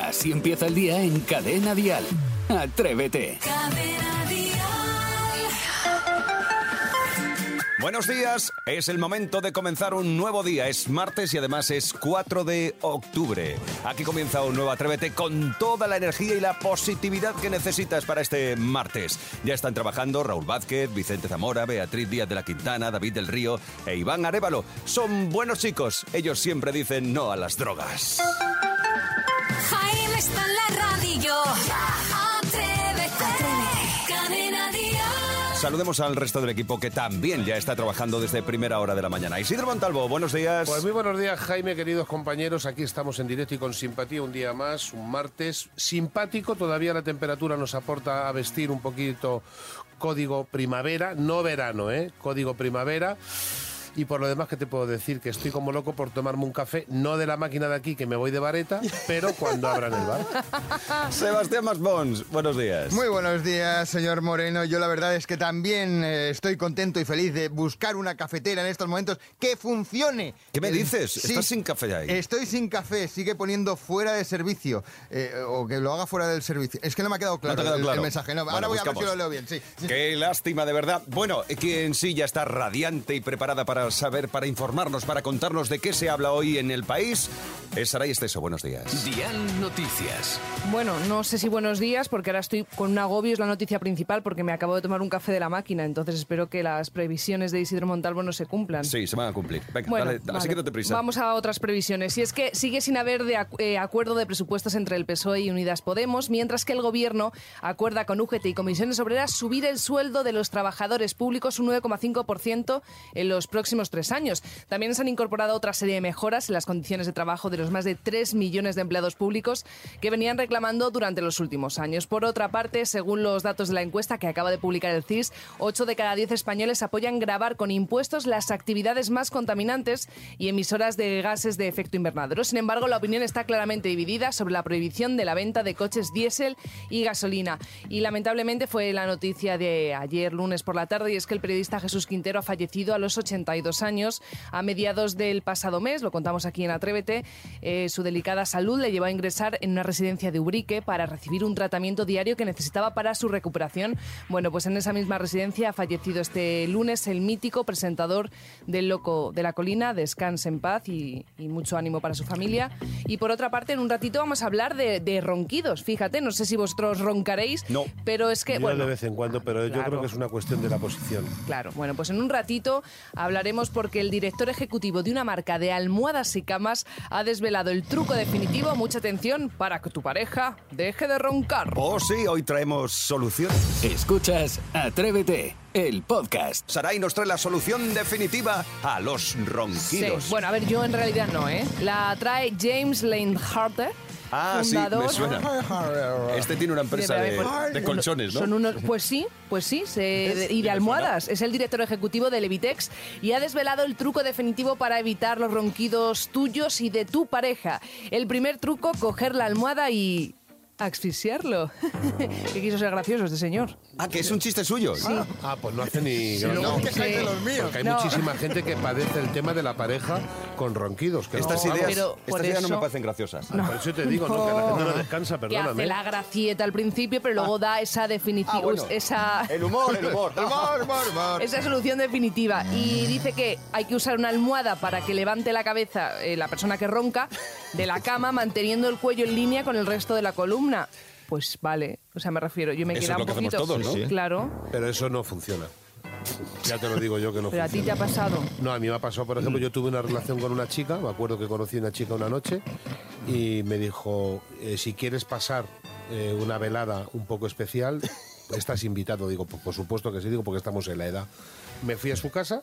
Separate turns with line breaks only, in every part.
Así empieza el día en Cadena Dial. Atrévete.
Buenos días, es el momento de comenzar un nuevo día. Es martes y además es 4 de octubre. Aquí comienza un nuevo Atrévete con toda la energía y la positividad que necesitas para este martes. Ya están trabajando Raúl Vázquez, Vicente Zamora, Beatriz Díaz de la Quintana, David del Río e Iván Arevalo. Son buenos chicos, ellos siempre dicen no a las drogas.
Jaime está en la radio. Atrévete. Cadena Dial.
Saludemos al resto del equipo que también ya está trabajando desde primera hora de la mañana. Isidro Montalvo, buenos días.
Pues muy buenos días, Jaime, queridos compañeros. Aquí estamos en directo y con simpatía un día más, un martes simpático. Todavía la temperatura nos aporta a vestir un poquito código primavera, no verano, ¿eh? Código primavera. Y por lo demás, ¿qué te puedo decir? Que estoy como loco por tomarme un café, no de la máquina de aquí, que me voy de vareta, pero cuando abran el bar.
Sebastián Masbons, buenos días.
Muy buenos días, señor Moreno. Yo la verdad es que también eh, estoy contento y feliz de buscar una cafetera en estos momentos que funcione.
¿Qué me
Eh,
dices?
sí,
Estás sin café ahí.
Estoy sin café, sigue poniendo fuera de servicio. eh, o que lo haga fuera del servicio. Es que no me ha quedado
No
claro,
te ha quedado
el- el,
claro.
mensaje. No,
Bueno,
ahora voy a ver
buscamos.
si lo leo bien. Sí.
Qué lástima, de verdad. Bueno, que en sí ya está radiante y preparada para saber, para informarnos, para contarnos de qué se habla hoy en el país. Es Saray Esteso, buenos días.
Dial Noticias.
Bueno, no sé si buenos días, porque ahora estoy con un agobio, es la noticia principal, porque me acabo de tomar un café de la máquina, entonces espero que las previsiones de Isidro Montalvo no se cumplan.
Sí, se van a cumplir. Venga,
Bueno,
dale, así
vale.
que date prisa.
Vamos a otras previsiones. Y es que sigue sin haber de acu- eh, acuerdo de presupuestos entre el PSOE E y Unidas Podemos, mientras que el Gobierno acuerda con UGT y Comisiones Obreras subir el sueldo de los trabajadores públicos un 9,5% en los próximos tres años. También se han incorporado otra serie de mejoras en las condiciones de trabajo de los más de 3 millones de empleados públicos que venían reclamando durante los últimos años. Por otra parte, según los datos de la encuesta que acaba de publicar el CIS, 8 de cada 10 españoles apoyan grabar con impuestos las actividades más contaminantes y emisoras de gases de efecto invernadero. Sin embargo, la opinión está claramente dividida sobre la prohibición de la venta de coches diésel y gasolina. Y lamentablemente fue la noticia de ayer lunes por la tarde y es que el periodista Jesús Quintero ha fallecido a los 82 años a mediados del pasado mes, lo contamos aquí en Atrévete. Eh, su delicada salud le llevó a ingresar en una residencia de Ubrique para recibir un tratamiento diario que necesitaba para su recuperación. Bueno, pues en esa misma residencia ha fallecido este lunes el mítico presentador del Loco de la Colina. Descanse en paz y, y mucho ánimo para su familia. Y por otra parte, en un ratito vamos a hablar de, de ronquidos. Fíjate, no sé si vosotros roncaréis,
No.
pero es que.
Yo
bueno,
de vez en cuando, pero yo
claro.
creo que es una cuestión de la posición.
Claro, bueno, pues en un ratito hablaremos porque el director ejecutivo de una marca de almohadas y camas ha desvelado el truco definitivo, mucha atención, para que tu pareja deje de roncar.
Oh, sí, hoy traemos solución.
Escuchas Atrévete, el podcast.
Saray nos trae la solución definitiva a los
Sí,
ronquidos.
Bueno, a ver, yo en realidad no, ¿eh? La trae James Lane Harter,
Ah, sí, me
fundador.
suena. Este tiene una empresa
Sí,
de,
pero a ver,
de
pues,
colchones, ¿no?
Son unos, pues sí, pues sí, se-
¿Ves?
y
Me
de almohadas. Es el director ejecutivo de Levitex y ha desvelado el truco definitivo para evitar los ronquidos tuyos y de tu pareja. El primer truco, coger la almohada y asfixiarlo. que quiso ser gracioso este señor.
Ah, que es un chiste suyo.
Ah, pues no hace ni...
No,
gracia.
que seáis de los míos.
Porque hay
No.
muchísima gente que padece el tema de la pareja con ronquidos. Que
Estas
no,
ideas,
pero
estas
por
ideas no me
eso-
parecen graciosas.
vamos, Por eso te digo, ¿no? que la gente no descansa,
Que hace
perdóname. ¿eh?
la gracieta al principio, pero luego da esa definición,
Ah, bueno.
esa
El humor, el humor.
Humor, humor, humor.
Esa solución definitiva. Y dice que hay que usar una almohada para que levante la cabeza eh, la persona que ronca de la cama, manteniendo el cuello en línea con el resto de la columna. Pues vale, o sea, me refiero, yo me
Eso
queda
es lo
un
que hacemos
poquito.
todos, ¿no? Sí, sí.
Claro,
Pero eso no funciona. Ya te lo digo yo que no
pero a Mm. ti te
funciona.
ha pasado.
No, a mí me ha pasado, por ejemplo, yo tuve una relación con una chica, me acuerdo que conocí una chica una noche y me dijo, eh, si quieres pasar eh, una velada un poco especial, estás invitado. Digo, "Pues, "Por- por supuesto que sí, digo, porque estamos en la edad. Me fui a su casa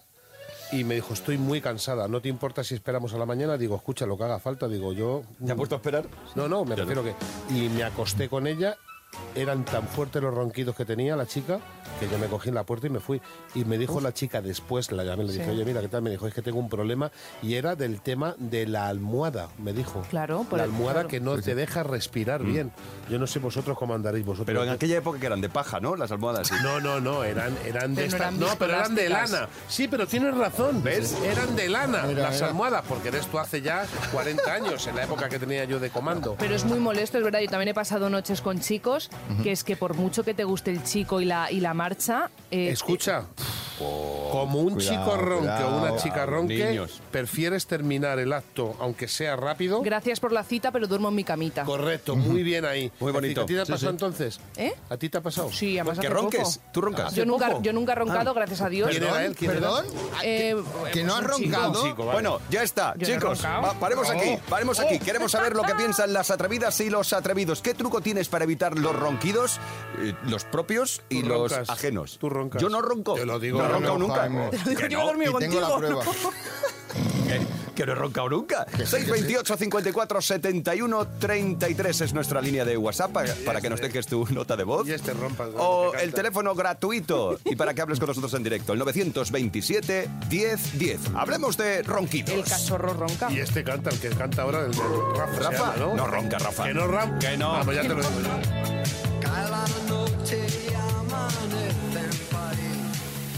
y me dijo, estoy muy cansada, ¿no te importa si esperamos a la mañana? Digo, escucha, lo que haga falta, digo, yo...
¿Te ha puesto a esperar?
No, no, me refiero que... Y me acosté con ella eran tan fuertes los ronquidos que tenía la chica que yo me cogí en la puerta y me fui. Y me dijo la chica después, la llamé, le dije,
Sí.
oye, mira, ¿qué tal? Me dijo, es que tengo un problema y era del tema de la almohada, me dijo.
Claro, por
La
el-
almohada
claro.
que no te deja respirar bien. Yo no sé vosotros cómo andaréis vosotros.
Mm. Pero en aquella época que eran de paja, ¿no? Las almohadas. sí.
No, no, no, eran, eran de esta-
Pero no eran
No, pero eran de
viscoelásticas.
lana. Sí, pero tienes razón. ¿Ves? Eran de lana
Era,
las
era.
almohadas, porque de esto hace ya 40 años, en la época que tenía yo de comando.
Pero es muy molesto, es verdad. Yo también he pasado noches con chicos que es que por mucho que te guste el chico y la, y la marcha. eh,
Escucha, como un
cuidado,
chico ronque o una
cuidado.
chica ronque,
Niños.
prefieres terminar el acto, aunque sea rápido.
Gracias por la cita, pero duermo en mi camita.
Correcto, muy bien ahí.
Muy bonito.
¿A ti te ha
Sí,
pasado
sí.
entonces?
¿Eh?
¿A ti te ha pasado?
Sí, además
¿Que
hace
ronques?
poco.
¿Tú roncas?
Yo nunca,
poco?
yo nunca he roncado, gracias a Dios.
¿Quién era él? ¿Quién era?
¿Perdón?
Eh,
¿Que
pues
no has
un chico.
roncado?
chico, vale.
Bueno, ya está,
Yo no he
chicos.
roncado.
va- paremos aquí, paremos aquí. Queremos saber lo que piensan las atrevidas y los atrevidos. ¿Qué truco tienes para evitar los ronquidos, eh, los propios y
Tú
los
roncas.
ajenos?
Tú roncas.
Yo no ronco.
Te lo digo
No he
yo,
roncado
no,
nunca.
Jaime. Te
lo digo
Que
yo, he
no,
dormido
Y tengo la
contigo.
prueba.
que- Que no he roncado nunca. 628 54 71 33 es nuestra línea de WhatsApp para, para que nos dejes tu nota de voz.
Y este rompas, ¿no?
O
Me
el
encanta.
teléfono gratuito y para que hables con nosotros en directo, el 927 10 10. Hablemos de ronquidos.
El cachorro ronca.
Y este canta, el que canta ahora, el de Rafa. se
Rafa,
llama, ¿no?
no ronca, Rafa.
Que no ronca.
Que no.
Vamos, ya te lo digo yo.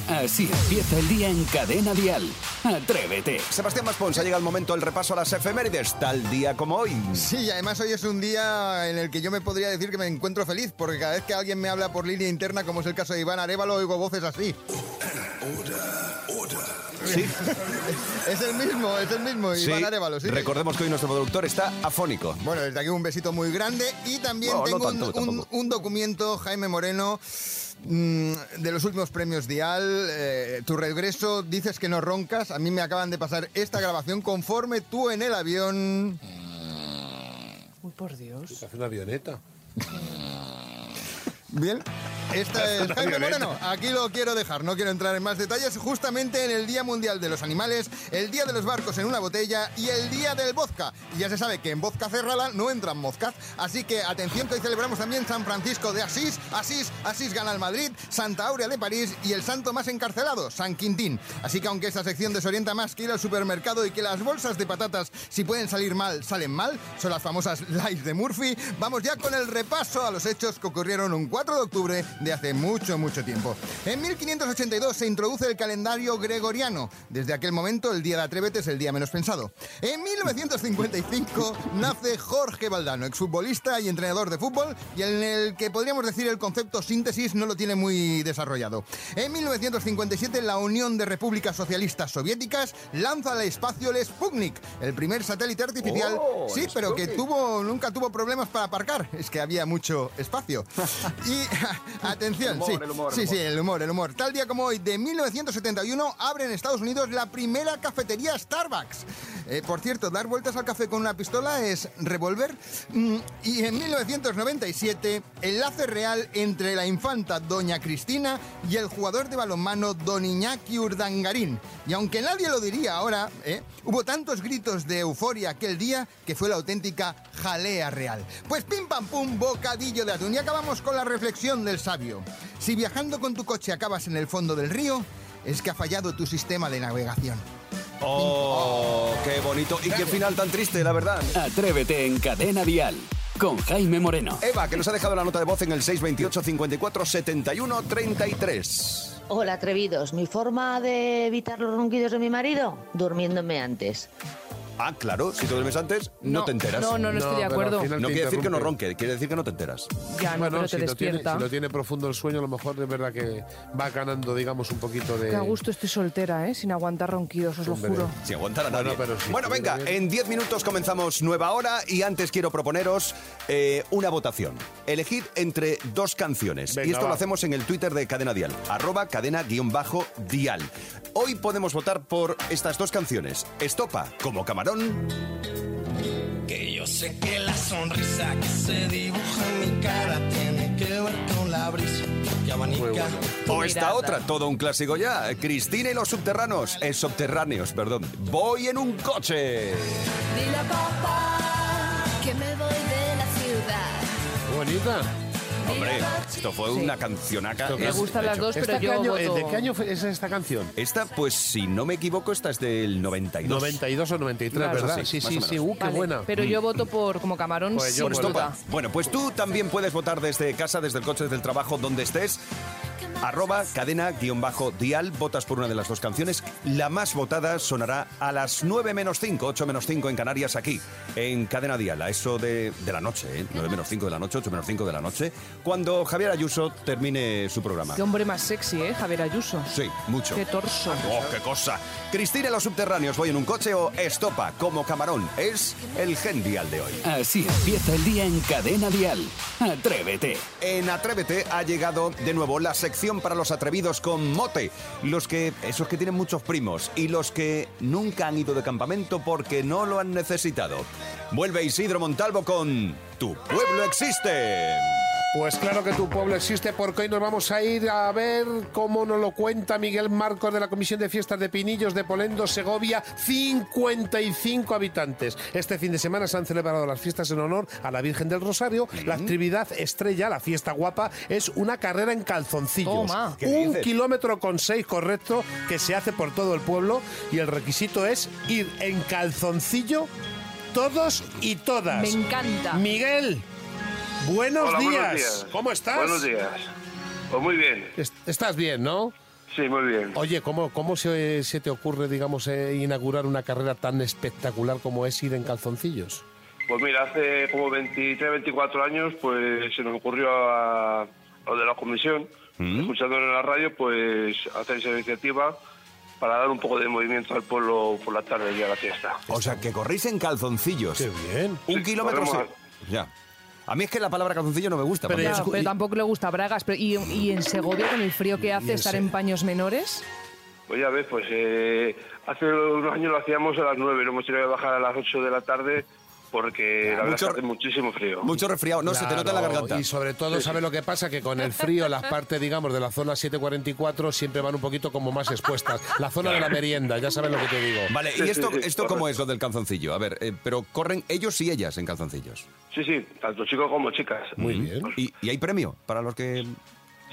Así empieza el día en cadena dial. Atrévete.
Sebastián Maspons, ha llegado el momento del repaso a las efemérides, tal día como hoy.
Sí, y además hoy es un día en el que yo me podría decir que me encuentro feliz, porque cada vez que alguien me habla por línea interna, como es el caso de Iván Arevalo, oigo voces así.
Sí,
Es el mismo, es el mismo, Iván Arevalo, sí.
Recordemos que hoy nuestro productor está afónico.
Bueno, desde aquí un besito muy grande y también
Bueno, no
tengo un-
tanto,
un,
tampoco.
un documento, Jaime Moreno, mm, de los últimos premios Dial. eh, tu regreso, dices que no roncas. A mí me acaban de pasar esta grabación conforme tú en el avión.
Uy, por Dios.
Hace una avioneta.
Bien. Esta es
Una
Jaime
violenta.
Moreno. Aquí lo quiero dejar, no quiero entrar en más detalles. Justamente en el Día Mundial de los Animales, el Día de los Barcos en una Botella y el Día del Vodka. Y ya se sabe que en Vodka Cerrala no entran moscas. Así que atención que hoy celebramos también San Francisco de Asís. Asís, Asís gana el Madrid, Santa Aurea de París y el santo más encarcelado, San Quintín. Así que aunque esta sección desorienta más que ir al supermercado y que las bolsas de patatas, si pueden salir mal, salen mal, son las famosas lies de Murphy, vamos ya con el repaso a los hechos que ocurrieron un 4 de octubre de hace mucho, mucho tiempo. En 1582 se introduce el calendario gregoriano. Desde aquel momento el día de Atrévete es el día menos pensado. En 1955 nace Jorge Valdano, exfutbolista y entrenador de fútbol, y en el que podríamos decir el concepto síntesis no lo tiene muy desarrollado. En 1957 la Unión de Repúblicas Socialistas Soviéticas lanza al espacio el Sputnik, el primer satélite artificial, sí, pero que tuvo nunca tuvo problemas para aparcar, es que había mucho espacio. y atención, sí, sí, sí, el humor, el humor. Tal día como hoy de 1971 abre en Estados Unidos la primera cafetería Starbucks. Eh, por cierto, dar vueltas al café con una pistola es revolver. Mm, y en 1997, enlace real entre la infanta Doña Cristina y el jugador de balonmano Don Iñaki Urdangarín. Y aunque nadie lo diría ahora, ¿eh? hubo tantos gritos de euforia aquel día que fue la auténtica jalea real. Pues pim pam pum, bocadillo de atún. Y acabamos con la reflexión del sabio. Si viajando con tu coche acabas en el fondo del río, es que ha fallado tu sistema de navegación.
Oh, qué bonito. Y qué final tan triste, la verdad.
Atrévete en cadena dial. Con Jaime Moreno.
Eva, que nos ha dejado la nota de voz en el 628 54 71 33.
Hola, atrevidos. Mi forma de evitar los ronquidos de mi marido, durmiéndome antes.
Ah, claro, si te duermes antes, no, te enteras.
No, no, no estoy de
pero al
acuerdo.
final
No
te
quiere decir que no
interrumpe.
ronque, quiere decir que no te enteras.
Ya, no,
Bueno,
pero te
si, lo tiene,
despierta.
si lo tiene profundo el sueño, a lo mejor es verdad que va ganando, digamos, un poquito de...
Qué a gusto estoy soltera, ¿eh? Sin aguantar ronquidos, os lo
Hombre.
juro.
Si aguantara
Bueno,
nadie. Bueno,
pero sí, sí,
venga,
mira bien.
en 10 minutos comenzamos nueva hora y antes quiero proponeros eh, una votación. Elegid entre dos canciones.
Venga,
y esto
va.
lo hacemos en el Twitter de Cadena Dial, arroba cadena-dial. Hoy podemos votar por estas dos canciones. Estopa, como camarón,
Que yo sé que la sonrisa que se dibuja en mi cara tiene que ver con la brisa que abanica. tu
o esta
mirada.
otra, todo un clásico ya. Cristina y los subterráneos. Eh, subterráneos, perdón. Voy en un coche.
Dile a papá que me voy de la ciudad.
Bonita.
Hombre, esto fue una cancionaca.
Me gustan las
hecho.
dos, Pues, pero
¿Esta qué ¿este
yo
año- eh,
voto-
¿De qué año fue- es esta canción?
Esta, pues si no me equivoco, esta es del 92.
92 o 93,
Claro.
¿verdad?
Sí, más o
Sí, sí,
menos.
sí. Uh, qué
Vale,
buena.
Pero yo voto por como camarón
Pues yo
sin
Por
Pues
estopa.
duda.
Bueno, pues tú también puedes votar desde casa, desde el coche, desde el trabajo, donde estés. Arroba cadena guión bajo dial, votas por una de las dos canciones. La más votada sonará a las 9 menos 5, 8 menos 5 en Canarias, aquí, en cadena dial, a eso de, de la noche, ¿eh? 9 menos 5 de la noche, 8 menos 5 de la noche, cuando Javier Ayuso termine su programa.
Qué hombre más sexy, ¿eh? Javier Ayuso.
Sí, mucho.
Qué torso.
Ah,
¡Oh, qué cosa! Cristina y los subterráneos, voy en un coche o estopa, como camarón. Es el gen dial de hoy.
Así empieza el día en cadena dial. Atrévete.
En Atrévete ha llegado de nuevo la sección para los atrevidos con mote. Los que, esos que tienen muchos primos y los que nunca han ido de campamento porque no lo han necesitado. Vuelve Isidro Montalvo con Tu pueblo existe.
Pues claro que tu pueblo existe porque hoy nos vamos a ir a ver cómo nos lo cuenta Miguel Marcos de la Comisión de Fiestas de Pinillos de Polendo, Segovia, 55 habitantes. Este fin de semana se han celebrado las fiestas en honor a la Virgen del Rosario. La actividad estrella, la fiesta guapa, es una carrera en calzoncillos.
Toma.
¿Qué
Un
dices?
kilómetro con seis correcto que se hace por todo el pueblo y el requisito es ir en calzoncillo todos y todas.
Me encanta.
Miguel, buenos,
Hola,
días.
buenos días.
¿Cómo estás?
Buenos días. Pues muy bien.
Est- Estás bien, ¿no?
Sí, muy bien.
Oye, ¿cómo, cómo se, se te ocurre, digamos, eh, inaugurar una carrera tan espectacular como es ir en calzoncillos?
Pues mira, hace como 23, 24 años, pues se nos ocurrió a, a de la comisión,
Mm.
escuchándolo en la radio, pues hacer esa iniciativa para dar un poco de movimiento al pueblo por la tarde y a la fiesta.
O sea, que corréis en calzoncillos.
Qué bien.
Un kilómetro.
corremos
sí. Ya. A mí es que la palabra calzoncillo no me gusta.
Pero
porque-
Claro,
escu-
pero
y-
tampoco le gusta Bragas. Pero y, y en Segovia, con el frío que hace,
en
estar
Se-
en paños menores.
Pues ya ves, pues eh, hace unos años lo hacíamos a las 9, lo hemos tenido que bajar a las 8 de la tarde porque la verdad es
mucho-
que hace muchísimo frío.
Mucho resfriado. No, se te nota en la
Claro,
garganta.
Y sobre todo, ¿sabes lo que pasa? Que con el frío, las partes, digamos, de la zona 744 siempre van un poquito como más expuestas. La zona de la merienda, ya sabes lo que te digo.
Vale,
Sí,
¿y
sí,
esto,
sí,
esto
correcto.
cómo es lo del calzoncillo? A ver, eh, pero corren ellos y ellas en calzoncillos.
Sí, sí, tanto chicos como chicas.
Muy bien.
¿Y, y hay premio para los que...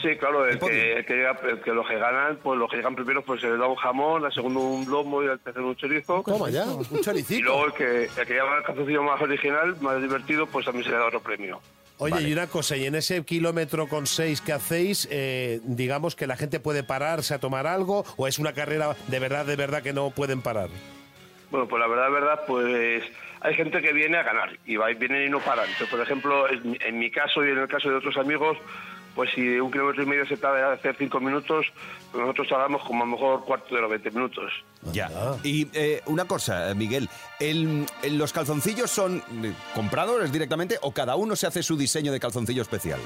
Sí, claro,
El
el
podio.
que, el que, llega- el que los que ganan, pues los que llegan primero, pues se les da un jamón, al segundo un lomo y al tercero un chorizo.
Toma ya, un
Y
choricito.
luego el que, el que lleva el calzoncillo más original, más divertido, pues también se le da otro premio.
Oye, y una cosa, y en ese kilómetro con seis que hacéis, eh, digamos que la gente puede pararse a tomar algo, o es una carrera de verdad, de verdad que no pueden parar.
Bueno, pues la verdad, verdad, pues hay gente que viene a ganar y va, y vienen y no paran. Entonces, por ejemplo, en, mi- en mi caso y en el caso de otros amigos, pues si un kilómetro y medio se tarda en hacer cinco minutos, pues nosotros tardamos como a lo mejor cuarto de los 20 minutos.
Ya. Y eh, una cosa, Miguel, el- el- ¿los calzoncillos son eh, compradores directamente o cada uno se hace su diseño de calzoncillo especial?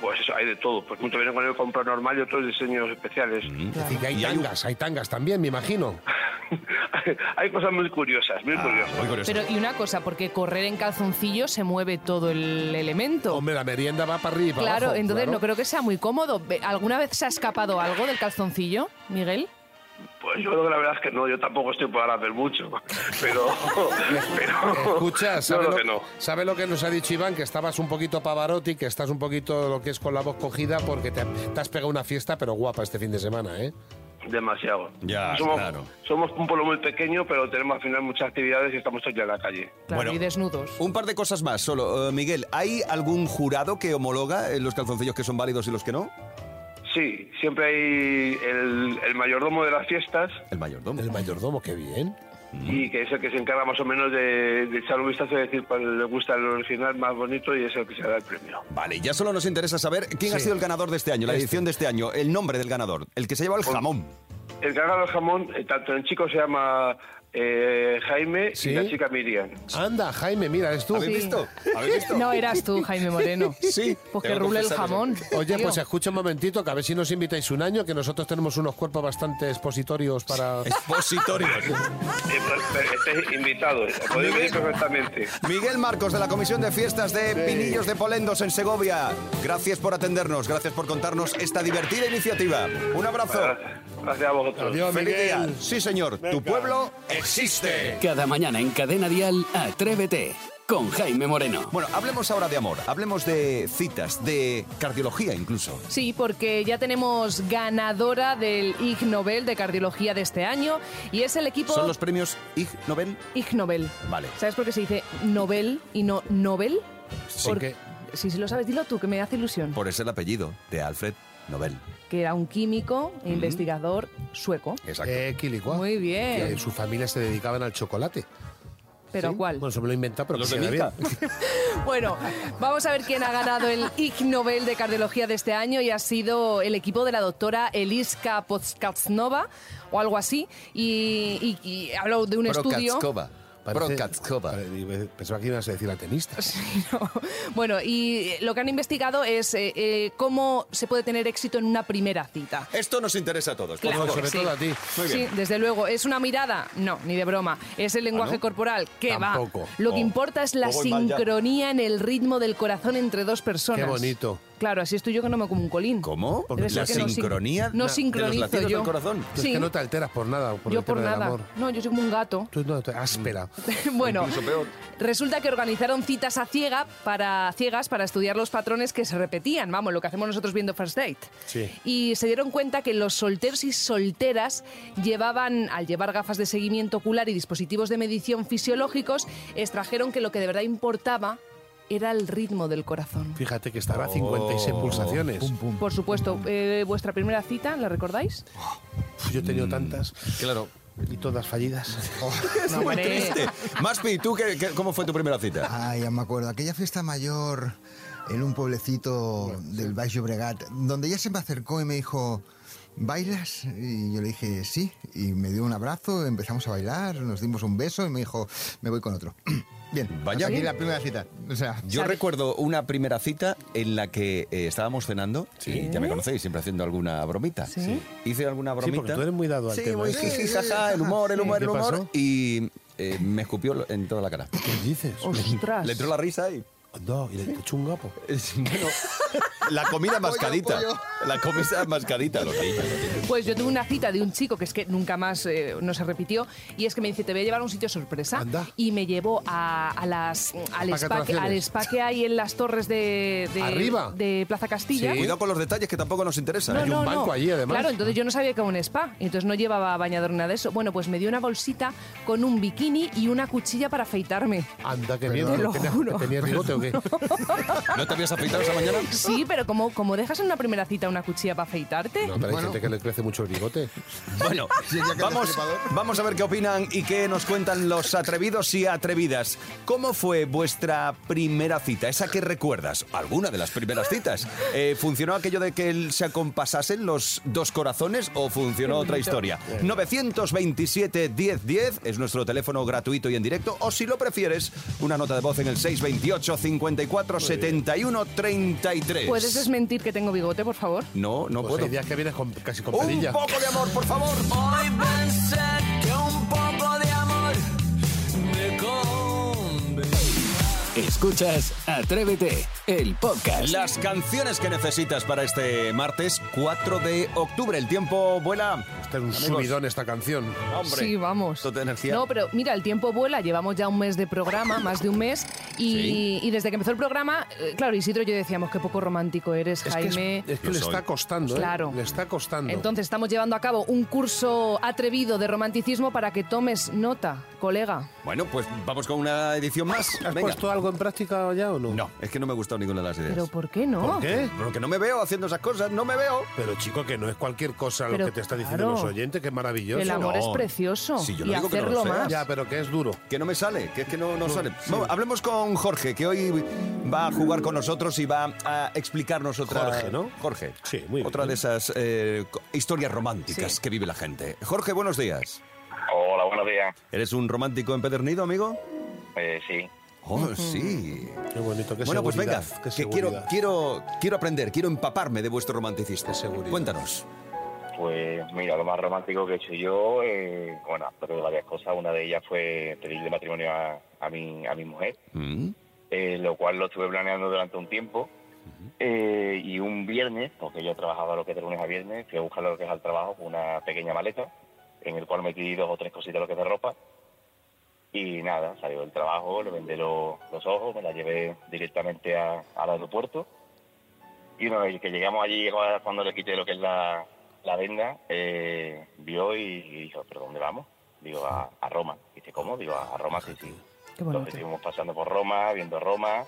Pues eso, hay de todo. Pues muchos vienen con el compra normal y otros diseños especiales.
Es decir, que hay
Y hay un-
tangas, hay tangas también, me imagino.
hay cosas muy curiosas,
Ah.
muy curiosas.
Ah, Muy curioso.
Pero y una cosa, porque correr en calzoncillos se mueve todo el elemento.
Hombre, la merienda va para arriba.
claro, entonces no creo que sea muy cómodo. Ve- ¿Alguna vez se ha escapado algo del calzoncillo, Miguel?
Pues yo creo que la verdad es que no, yo tampoco estoy para hacer mucho, pero... pero
Escucha, ¿sabes,
no,
lo,
que no.
sabe lo que nos ha dicho Iván? Que estabas un poquito pavarotti, que estás un poquito lo que es con la voz cogida, porque te, te has pegado una fiesta, pero guapa este fin de semana, ¿eh?
Demasiado.
Ya,
somos,
claro.
Somos un pueblo muy pequeño, pero tenemos al final muchas actividades y estamos todos ya en la calle.
Claro,
Bueno.
y desnudos.
Un par de cosas más, solo. Eh, Miguel, ¿hay algún jurado que homologa eh, los calzoncillos que son válidos y los que no?
Sí, siempre hay el, el mayordomo de las fiestas
El mayordomo.
El mayordomo, qué bien.
y que es el que se encarga más o menos de, de echar un vistazo y decir cuál le gusta el original más bonito y es el que se da el premio.
Vale, ya solo nos interesa saber quién ha
Sí.
sido el ganador de este año, la
Este.
edición de este año, el nombre del ganador, el que se lleva el jamón.
El que ha ganado el jamón, eh, tanto en chico se llama eh, Jaime
¿Sí?
y la chica Miriam.
Anda, Jaime, mira, es tú.
¿Habéis visto? ¿Habéis visto?
No, eras tú, Jaime Moreno.
Sí,
Pues que
tengo que
rule el
confesar eso.
jamón.
Oye,
tío.
pues escucha un momentito, que a ver si nos invitáis un año, que nosotros tenemos unos cuerpos bastante expositorios para...
Expositorios.
Eh, pues, Estáis invitados, podéis venir perfectamente.
Miguel Marcos de la Comisión de Fiestas de Pinillos de Polendos en Segovia. Gracias por atendernos, gracias por contarnos esta divertida iniciativa. Un abrazo.
Gracias a vosotros.
Adiós,
Feliz día.
Miguel.
Sí, señor. Tu pueblo existe.
Cada mañana en cadena dial, atrévete. con Jaime Moreno.
Bueno, hablemos ahora de amor, hablemos de citas, de cardiología incluso.
Sí, porque ya tenemos ganadora del Ig Nobel de Cardiología de este año y es el equipo
Son los premios Ig Nobel.
Ig Nobel.
Vale.
¿Sabes por qué se dice Nobel y no Nobel?
Porque
Sí, sí lo sabes, dilo tú, que me hace ilusión.
Por eso el apellido de Alfred Nobel.
Que era un químico e investigador sueco.
Exacto.
eh, Quilicua,
Muy bien.
que su familia se dedicaban al chocolate.
¿Pero
¿sí?
cuál?
Bueno, se me lo he inventado, pero
Los
que
de
queda
Milka.
bien.
Bueno, vamos a ver quién ha ganado el Ig Nobel de Cardiología de este año y ha sido el equipo de la doctora Eliska Podskatznova o algo así. Y, y- y habló de un estudio.
Prokatskova.
Parece-
Prokatskova.
pare- Pensaba que ibas a decir la tenista.
Sí, no. Bueno, y lo que han investigado es eh, eh, cómo se puede tener éxito en una primera cita.
Esto nos interesa a todos. por
Claro.
favor.
sobre todo a ti.
Muy
Sí,
bien.
desde luego. ¿Es una mirada? No, ni de broma. ¿Es el lenguaje
¿no?
corporal? ¿Qué
Tampoco.
va? Lo
Oh.
que importa es la
Luego el mal ya.
sincronía en el ritmo del corazón entre dos personas.
Qué bonito.
Claro, así estoy yo que no me como un colín.
¿Cómo?
Debe ser
la
que no sin-
sincronía
no
de los
sincronizo
latidos
yo.
del corazón.
Tú
Sí.
es que no te alteras por nada. Por
yo
el
por
tema del
nada.
amor.
No, yo soy como un gato.
Tú no, tú- áspera.
bueno,
Incluso peor.
resulta que organizaron citas a ciega para ciegas para estudiar los patrones que se repetían, vamos, lo que hacemos nosotros viendo First Date.
Sí.
Y se dieron cuenta que los solteros y solteras llevaban, al llevar gafas de seguimiento ocular y dispositivos de medición fisiológicos, extrajeron que lo que de verdad importaba era el ritmo del corazón.
Fíjate que estará a
Oh.
56 pulsaciones.
Por supuesto, eh, vuestra primera cita, ¿la recordáis?
Uf, Yo he tenido tantas.
Mm. Claro. Oh.
Y todas fallidas.
Es muy
hombre.
triste. Maspi, ¿tú qué, qué- cómo fue tu primera cita?
Ay, ya me acuerdo. Aquella fiesta mayor en un pueblecito del Baix Llobregat, donde ella se me acercó y me dijo, ¿bailas? Y yo le dije, sí. Y me dio un abrazo, empezamos a bailar, nos dimos un beso y me dijo, me voy con otro. Bien,
Vaya.
hasta aquí la primera cita. O sea,
Yo recuerdo una primera cita en la que eh, estábamos cenando. Sí. Ya me conocéis, siempre haciendo alguna bromita.
Sí.
Hice alguna
Sí,
bromita.
porque tú eres muy dado al
Sí,
tema.
muy
¿eh?
jiji, jaja, el humor, el humor,
¿Qué
el humor.
pasó?
Y eh, me escupió lo- en toda la cara.
¿Qué dices?
Ostras.
Le entró la risa y.
No, y le echó un gapo.
es- Bueno, la comida mascadita.
pollo.
La comida mascadita, lo que hice, lo que hice.
Pues yo tuve una cita de un chico que es que nunca más eh, no se repitió y es que me dice, te voy a llevar a un sitio sorpresa.
Anda.
Y me llevó a, a las, al, spa, que-
Atracciones.
al spa que hay en las torres de, de-
Arriba.
de Plaza Castilla.
Sí.
Cuidado con los detalles que tampoco nos interesan.
hay
¿eh?
un banco allí, además.
Claro, entonces yo no sabía que era un spa, y entonces no llevaba bañador ni nada de eso. Bueno, pues me dio una bolsita con un bikini y una cuchilla para afeitarme.
Anda, qué
Te
miedo.
lo
¿Tenías,
juro.
¿Tenías bigote o qué?
¿No te habías afeitado esa mañana?
Sí, pero como, como dejas en una primera cita una cuchilla para afeitarte,
No, pero hay
Bueno.
gente que le crece mucho el bigote.
Bueno,
Sí, ya que eres
vamos,
flipador.
vamos a ver qué opinan y qué nos cuentan los atrevidos y atrevidas. ¿Cómo fue vuestra primera cita? Esa que recuerdas, alguna de las primeras citas. Eh, ¿Funcionó aquello de que él se acompasasen los dos corazones o funcionó otra historia? 927 1010 es nuestro teléfono gratuito y en directo. O si lo prefieres, una nota de voz en el 628 54 71 33.
¿puedes desmentir que tengo bigote, por favor?
No, no
Pues
puedo.
hay días que vienes con- casi con
Un
perilla.
poco de amor, por favor.
Hoy pensé que un poco de amor me convenía.
Escuchas Atrévete, el podcast.
Las canciones que necesitas para este martes 4 de octubre. El tiempo vuela.
Este es un
Amigos,
subidón esta canción.
Hombre,
Sí, vamos.
esto te da energía.
No, pero mira, el tiempo vuela, llevamos ya un mes de programa, más de un mes, y, y desde que empezó el programa, eh, claro, Isidro y yo decíamos qué poco romántico eres,
Es que, es-
Jaime.
es, que le está costando, ¿eh?
Claro.
Le está costando.
Entonces estamos llevando a cabo un curso atrevido de romanticismo para que tomes nota, colega.
Bueno, pues vamos con una edición más.
¿Has
Venga.
puesto algo en práctica ya o no?
No, es que no me ha gustado ninguna de las ideas.
Pero ¿por qué no?
¿Por qué?
Porque no me veo haciendo esas cosas, no me veo.
Pero chico, que no es cualquier cosa lo
Pero
que te está diciendo
claro.
los oyentes, que es maravilloso.
el amor
No.
es precioso
Sí, yo no
y
digo que no lo
hacerlo
sea.
más.
Ya, pero que es duro.
Que no me sale, que es que no, no sale. Vamos, hablemos con Jorge, que hoy va a jugar con nosotros y va a explicarnos otra.
Jorge, ¿no?
Jorge.
Sí, muy bien.
Otra de esas eh, co- historias románticas que vive la gente. Jorge, buenos días.
Hola, buenos días.
¿Eres un romántico empedernido, amigo?
Eh, sí.
Oh, sí.
Qué bonito, qué
bueno, pues venga,
seguridad, qué
que quiero,
seguridad.
quiero, quiero aprender, quiero empaparme de vuestro romanticismo. Cuéntanos.
Pues mira, lo más romántico que he hecho yo, eh, bueno, pero de varias cosas. Una de ellas fue pedirle matrimonio a, a mi, a mi mujer,
Mm,
eh, lo cual lo estuve planeando durante un tiempo. Eh, y un viernes, porque yo trabajaba lo que es de lunes a viernes, fui a buscar lo que es al trabajo con una pequeña maleta, en el cual metí dos o tres cositas lo que es de ropa.
Y nada, salió del trabajo, le vendé lo- los ojos, me la llevé directamente a- al aeropuerto. Y una vez que llegamos allí, cuando le quité lo que es la, la venda, eh, vio y, y dijo, ¿pero dónde vamos? Digo, a, a Roma. Dice, ¿cómo? Digo, a, a Roma, sí, sí. Entonces estuvimos pasando por Roma, viendo Roma,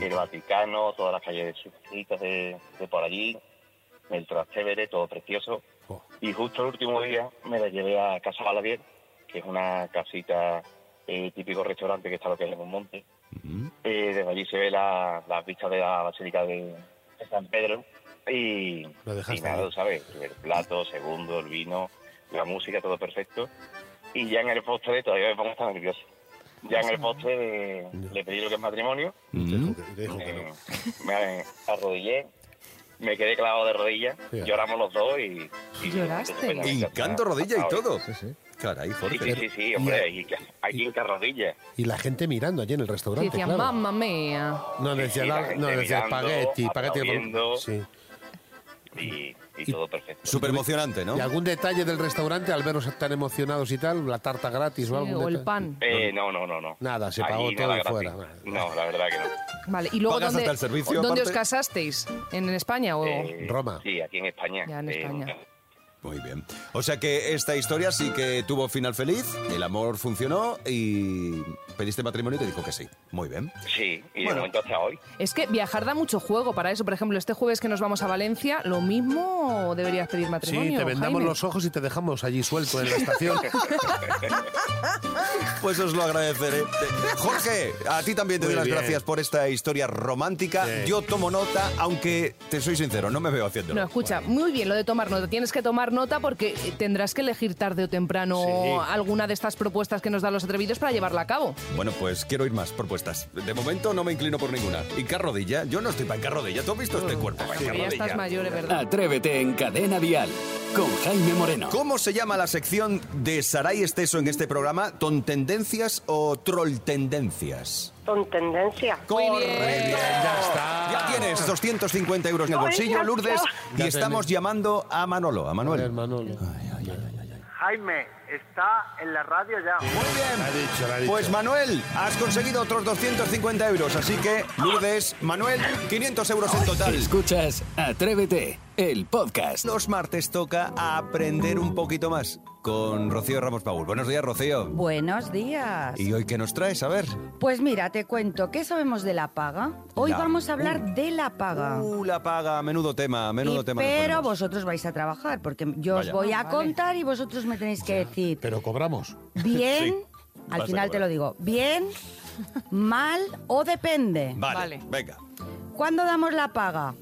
el Vaticano, todas las calles chiquitas de, de por allí, el Trastevere, todo precioso. Y justo el último día me la llevé a Casa Balavier, que es una casita, eh, típico restaurante que está lo que es en un monte. Eh, desde allí se ve la- las vistas de la Basílica de, de San Pedro. Y,
Lo
y nada, tú ¿sabes? El plato, segundo, el vino, la música, todo perfecto. Y ya en el postre, todavía me pongo tan nervioso. Ya en el postre eh, le pedí lo que es matrimonio.
Mm.
Eh, me arrodillé, me quedé clavado de rodillas,
Ya.
lloramos los dos y... y-
Encanto rodilla y
Ahora.
todo. Caray,
Sí,
Jorge.
sí, sí, sí, hombre, y que- hay que hincar rodillas.
Y la gente mirando allí en el
Que
restaurante,
decían,
claro.
mamma mía.
No, le decía,
Sí,
la-
la gente
no, le decía
mirando,
espagueti, espagueti.
aplaudiendo.
Sí.
Y, y todo perfecto.
Súper emocionante, ¿no?
¿Y algún detalle del restaurante, al vernos tan emocionados y tal? ¿La tarta gratis o algo?
o el pan.
Eh, no, no, no, no.
Nada, se
Allí
pagó todo
nada
y
gratis.
fuera.
No, la verdad que no.
Vale, y luego
Pagas
dónde,
hasta el servicio,
dónde
aparte.
os casasteis? ¿En España o
Eh,
Roma.
Sí, aquí en España.
ya en
Eh,
España?
Muy bien. O sea que esta historia sí que tuvo final feliz, el amor funcionó y pediste matrimonio y te dijo que sí. Muy bien.
sí, y de
Bueno.
momento hasta hoy.
Es que viajar da mucho juego para eso. Por ejemplo, este jueves que nos vamos a Valencia, lo mismo deberías pedir matrimonio.
Sí, te vendamos
Jaime.
los ojos y te dejamos allí suelto en la estación.
Pues os lo agradeceré. Jorge, a ti también te
Muy
doy las
bien.
gracias por esta historia romántica.
Sí.
Yo tomo nota, aunque te soy sincero, no me veo haciéndolo.
No, escucha, muy bien lo de tomar nota. Tienes que tomar nota porque eh, tendrás que elegir tarde o temprano
Sí.
alguna de estas propuestas que nos dan los atrevidos para llevarla a cabo.
Bueno, pues quiero oír más propuestas. De momento no me inclino por ninguna. ¿Y carrodilla? Yo no estoy para carrodilla. ¿Tú has visto este cuerpo? pa'
Pero Oh, ya
encarrodilla?
estás mayor, es verdad.
Atrévete en Cadena Dial con Jaime Moreno.
¿Cómo se llama la sección de Saray Esteso en este programa? ¿Tontendencias o trolltendencias?
Con tendencia.
Muy
Correcto.
bien.
ya está.
Ya tienes 250 euros en el bolsillo, Lourdes, y
Ya
estamos
tenemos.
llamando a Manolo, a
Vale,
Manuel.
hermano.
Jaime, está en la radio ya.
La ha dicho, la ha dicho.
Pues Manuel, has conseguido otros 250 euros, así que Lourdes, Manuel, 500 euros en total.
Escuchas Atrévete, el podcast.
Los martes toca aprender un poquito más con Rocío Ramos Paul. Buenos días, Rocío.
Buenos días.
¿Y hoy qué nos traes? A ver.
Pues mira, te cuento, ¿qué sabemos de la paga? Hoy
La-
vamos a hablar de la paga.
Uh, la paga, menudo tema, menudo
Y-
tema. nos
pero
ponemos.
vosotros vais a trabajar, porque yo
Vaya.
os voy a
vale.
contar y vosotros me tenéis que decir
Pero cobramos.
bien,
Sí, vas a
al final te
cobrar.
lo digo, bien, mal o depende.
Vale,
Vale.
venga.
¿Cuándo damos la paga?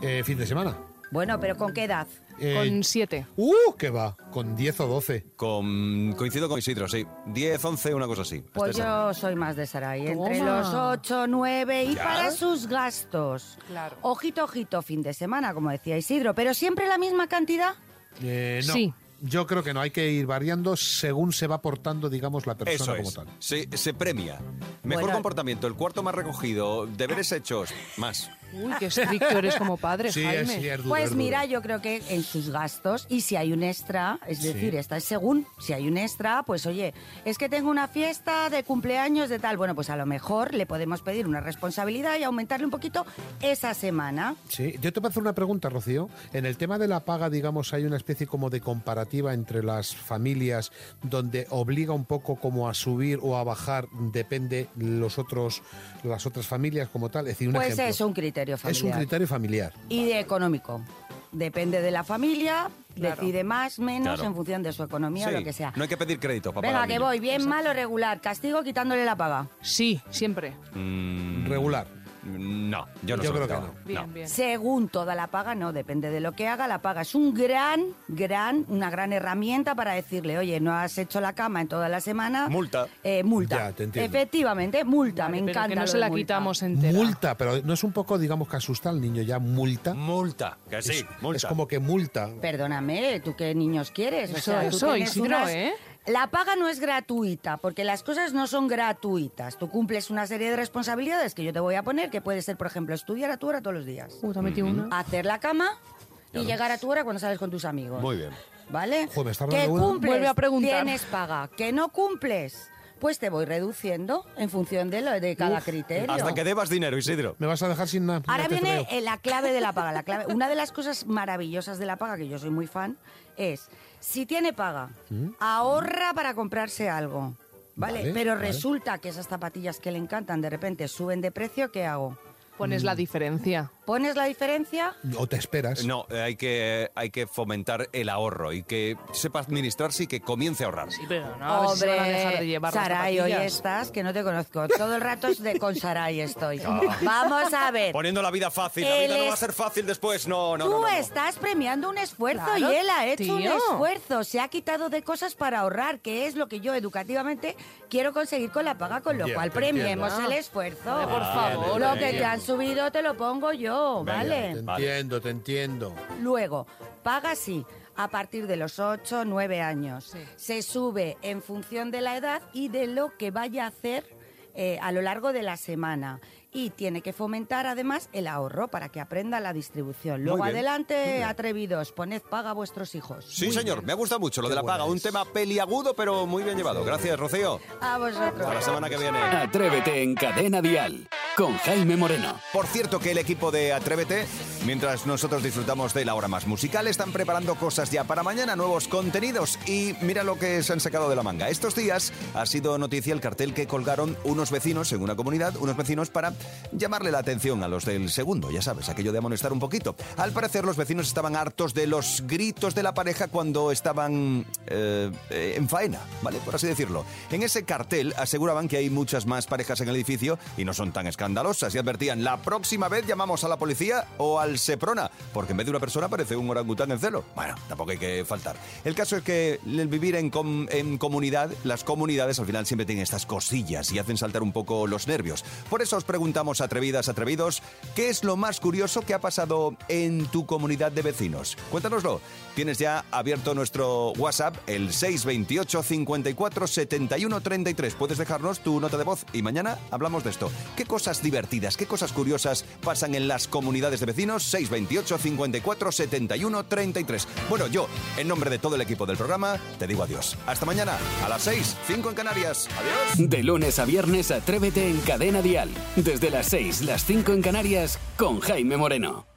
Eh, fin de semana.
Bueno, pero ¿con qué edad?
Eh,
Con siete.
¡Uh! ¿Qué va? Con 10 o 12.
Con, coincido con Isidro, sí. 10, 11, una cosa así. Hasta
Pues
esa.
yo soy más de Saray, entre
Toma.
los 8, 9 y para sus gastos.
Claro.
Ojito, ojito, fin de semana, como decía Isidro, pero siempre la misma cantidad.
Eh, no.
Sí.
Yo creo que no, hay que ir variando según se va portando, digamos, la persona
Eso
como
es.
tal.
Se, se premia. Mejor
Bueno.
comportamiento, el cuarto más recogido, deberes hechos, más.
Uy, qué estricto eres como padre,
Sí,
Jaime.
es, sí, es duro, es
Pues
duro.
mira, yo creo que en sus gastos y si hay un extra, es decir, esta es según, si hay un extra, pues oye, es que tengo una fiesta de cumpleaños de tal, bueno, pues a lo mejor le podemos pedir una responsabilidad y aumentarle un poquito esa semana.
Sí, yo te puedo hacer una pregunta, Rocío. En el tema de la paga, digamos, hay una especie como de comparativa entre las familias donde obliga un poco como a subir o a bajar, depende los otros, las otras familias como tal. Es decir, un
pues
ejemplo.
es un criterio
Es un
familiar.
criterio familiar.
y de económico. Depende de la familia,
Claro.
decide más, menos,
Claro.
en función de su economía
Sí,
o lo que sea.
No hay que pedir crédito para
Venga,
pagar al
que
niño.
voy, bien, mal o regular, castigo quitándole la paga.
Sí, siempre.
Mm,
Regular.
No, yo no
Yo
sé lo
creo que
hago.
Bien, bien.
Según toda la paga, no, depende de lo que haga, la paga es un gran, gran, una gran herramienta para decirle, oye, no has hecho la cama en toda la semana.
Multa.
Eh, multa.
Ya, te entiendo.
Efectivamente, multa, me
Pero
encanta.
que no
lo
se
de
la
multa.
quitamos entera.
Multa, pero no es un poco, digamos, que asusta al niño ya multa.
Multa. Que sí,
es,
multa.
es como que multa.
Perdóname, ¿tú qué niños quieres? O
Eso,
sea, tú
eso,
tienes
Isidro,
unas-
¿eh?
La paga no es gratuita, porque las cosas no son gratuitas. Tú cumples una serie de responsabilidades que yo te voy a poner, que puede ser, por ejemplo, estudiar a tu hora todos los días,
Uh, te ha metido una.
hacer la cama y llegar a tu hora cuando sales con tus amigos.
Muy bien.
¿Vale?
Joder, me está
que
dando una.
cumples,
Vuelve a preguntar.
tienes paga. Que no cumples, pues te voy reduciendo en función de lo de cada criterio.
Hasta que debas dinero, Isidro.
Me vas a dejar sin nada.
Ahora viene eh, la clave de la paga. La clave, una de las cosas maravillosas de la paga, que yo soy muy fan, es si tiene paga,
¿Mm?
ahorra para comprarse algo. Vale,
Vale,
pero
vale.
resulta que esas zapatillas que le encantan de repente suben de precio, ¿qué hago?
Pones la diferencia.
¿Pones la diferencia?
O te esperas.
No, eh, hay que, hay que fomentar el ahorro y que sepa administrarse y que comience a ahorrar.
a ver si se van a dejar de llevar las
Saray, hoy
zapatillas.
estás, que no te conozco. Todo el rato es de, con Saray estoy.
Ah.
Vamos a ver.
Poniendo la vida fácil. La
Él
vida no va a
es-
ser fácil después. No, no,
Tú
no. no, no.
estás premiando un esfuerzo
Claro,
y él ha hecho un
tío.
esfuerzo. Se ha quitado de cosas para ahorrar, que es lo que yo educativamente quiero conseguir con la paga, con lo
Ya,
cual
te
premiemos
entiendo.
el esfuerzo.
Ah,
Hombre, por favor, eh.
Lo
te
que te
entiendo.
han subido te lo pongo yo, ¿vale?
Te entiendo, te entiendo.
Luego, paga sí a partir de los 8, 9 años. Se sube en función de la edad y de lo que vaya a hacer eh, a lo largo de la semana. Y tiene que fomentar además el ahorro para que aprenda la distribución.
Muy
Luego
bien, muy
adelante,
bien.
atrevidos, poned paga a vuestros hijos.
Sí, señor, me ha gustado mucho lo de la paga. Un tema peliagudo, pero muy bien llevado. Gracias, Rocío.
A vosotros.
Hasta la semana que viene.
Atrévete en Cadena Dial con Jaime Moreno.
Por cierto que el equipo de Atrévete, mientras nosotros disfrutamos de la hora más musical, están preparando cosas ya para mañana, nuevos contenidos y mira lo que se han sacado de la manga. Estos días ha sido noticia el cartel que colgaron unos vecinos en una comunidad, unos vecinos para llamarle la atención a los del segundo, ya sabes, aquello de amonestar un poquito. Al parecer los vecinos estaban hartos de los gritos de la pareja cuando estaban eh, eh, en faena, ¿vale? Por así decirlo. En ese cartel aseguraban que hay muchas más parejas en el edificio y no son tan escandalosas y advertían, la próxima vez llamamos a la policía o al Seprona, porque en vez de una persona parece un orangután en celo. Bueno, tampoco hay que faltar. El caso es que el vivir en, com- en comunidad, las comunidades al final siempre tienen estas cosillas y hacen saltar un poco los nervios. Por eso os preguntamos, atrevidas, atrevidos, ¿qué es lo más curioso que ha pasado en tu comunidad de vecinos? Cuéntanoslo. Tienes ya abierto nuestro WhatsApp, el 628 54 71 33. Puedes dejarnos tu nota de voz y mañana hablamos de esto. ¿Qué cosas divertidas, qué cosas curiosas pasan en las comunidades de vecinos? 628 54 71 33. Bueno, yo, en nombre de todo el equipo del programa, te digo adiós. Hasta mañana, a las 6, 5 en Canarias. Adiós.
De lunes a viernes, atrévete en Cadena Dial. Desde las 6, las 5 en Canarias, con Jaime Moreno.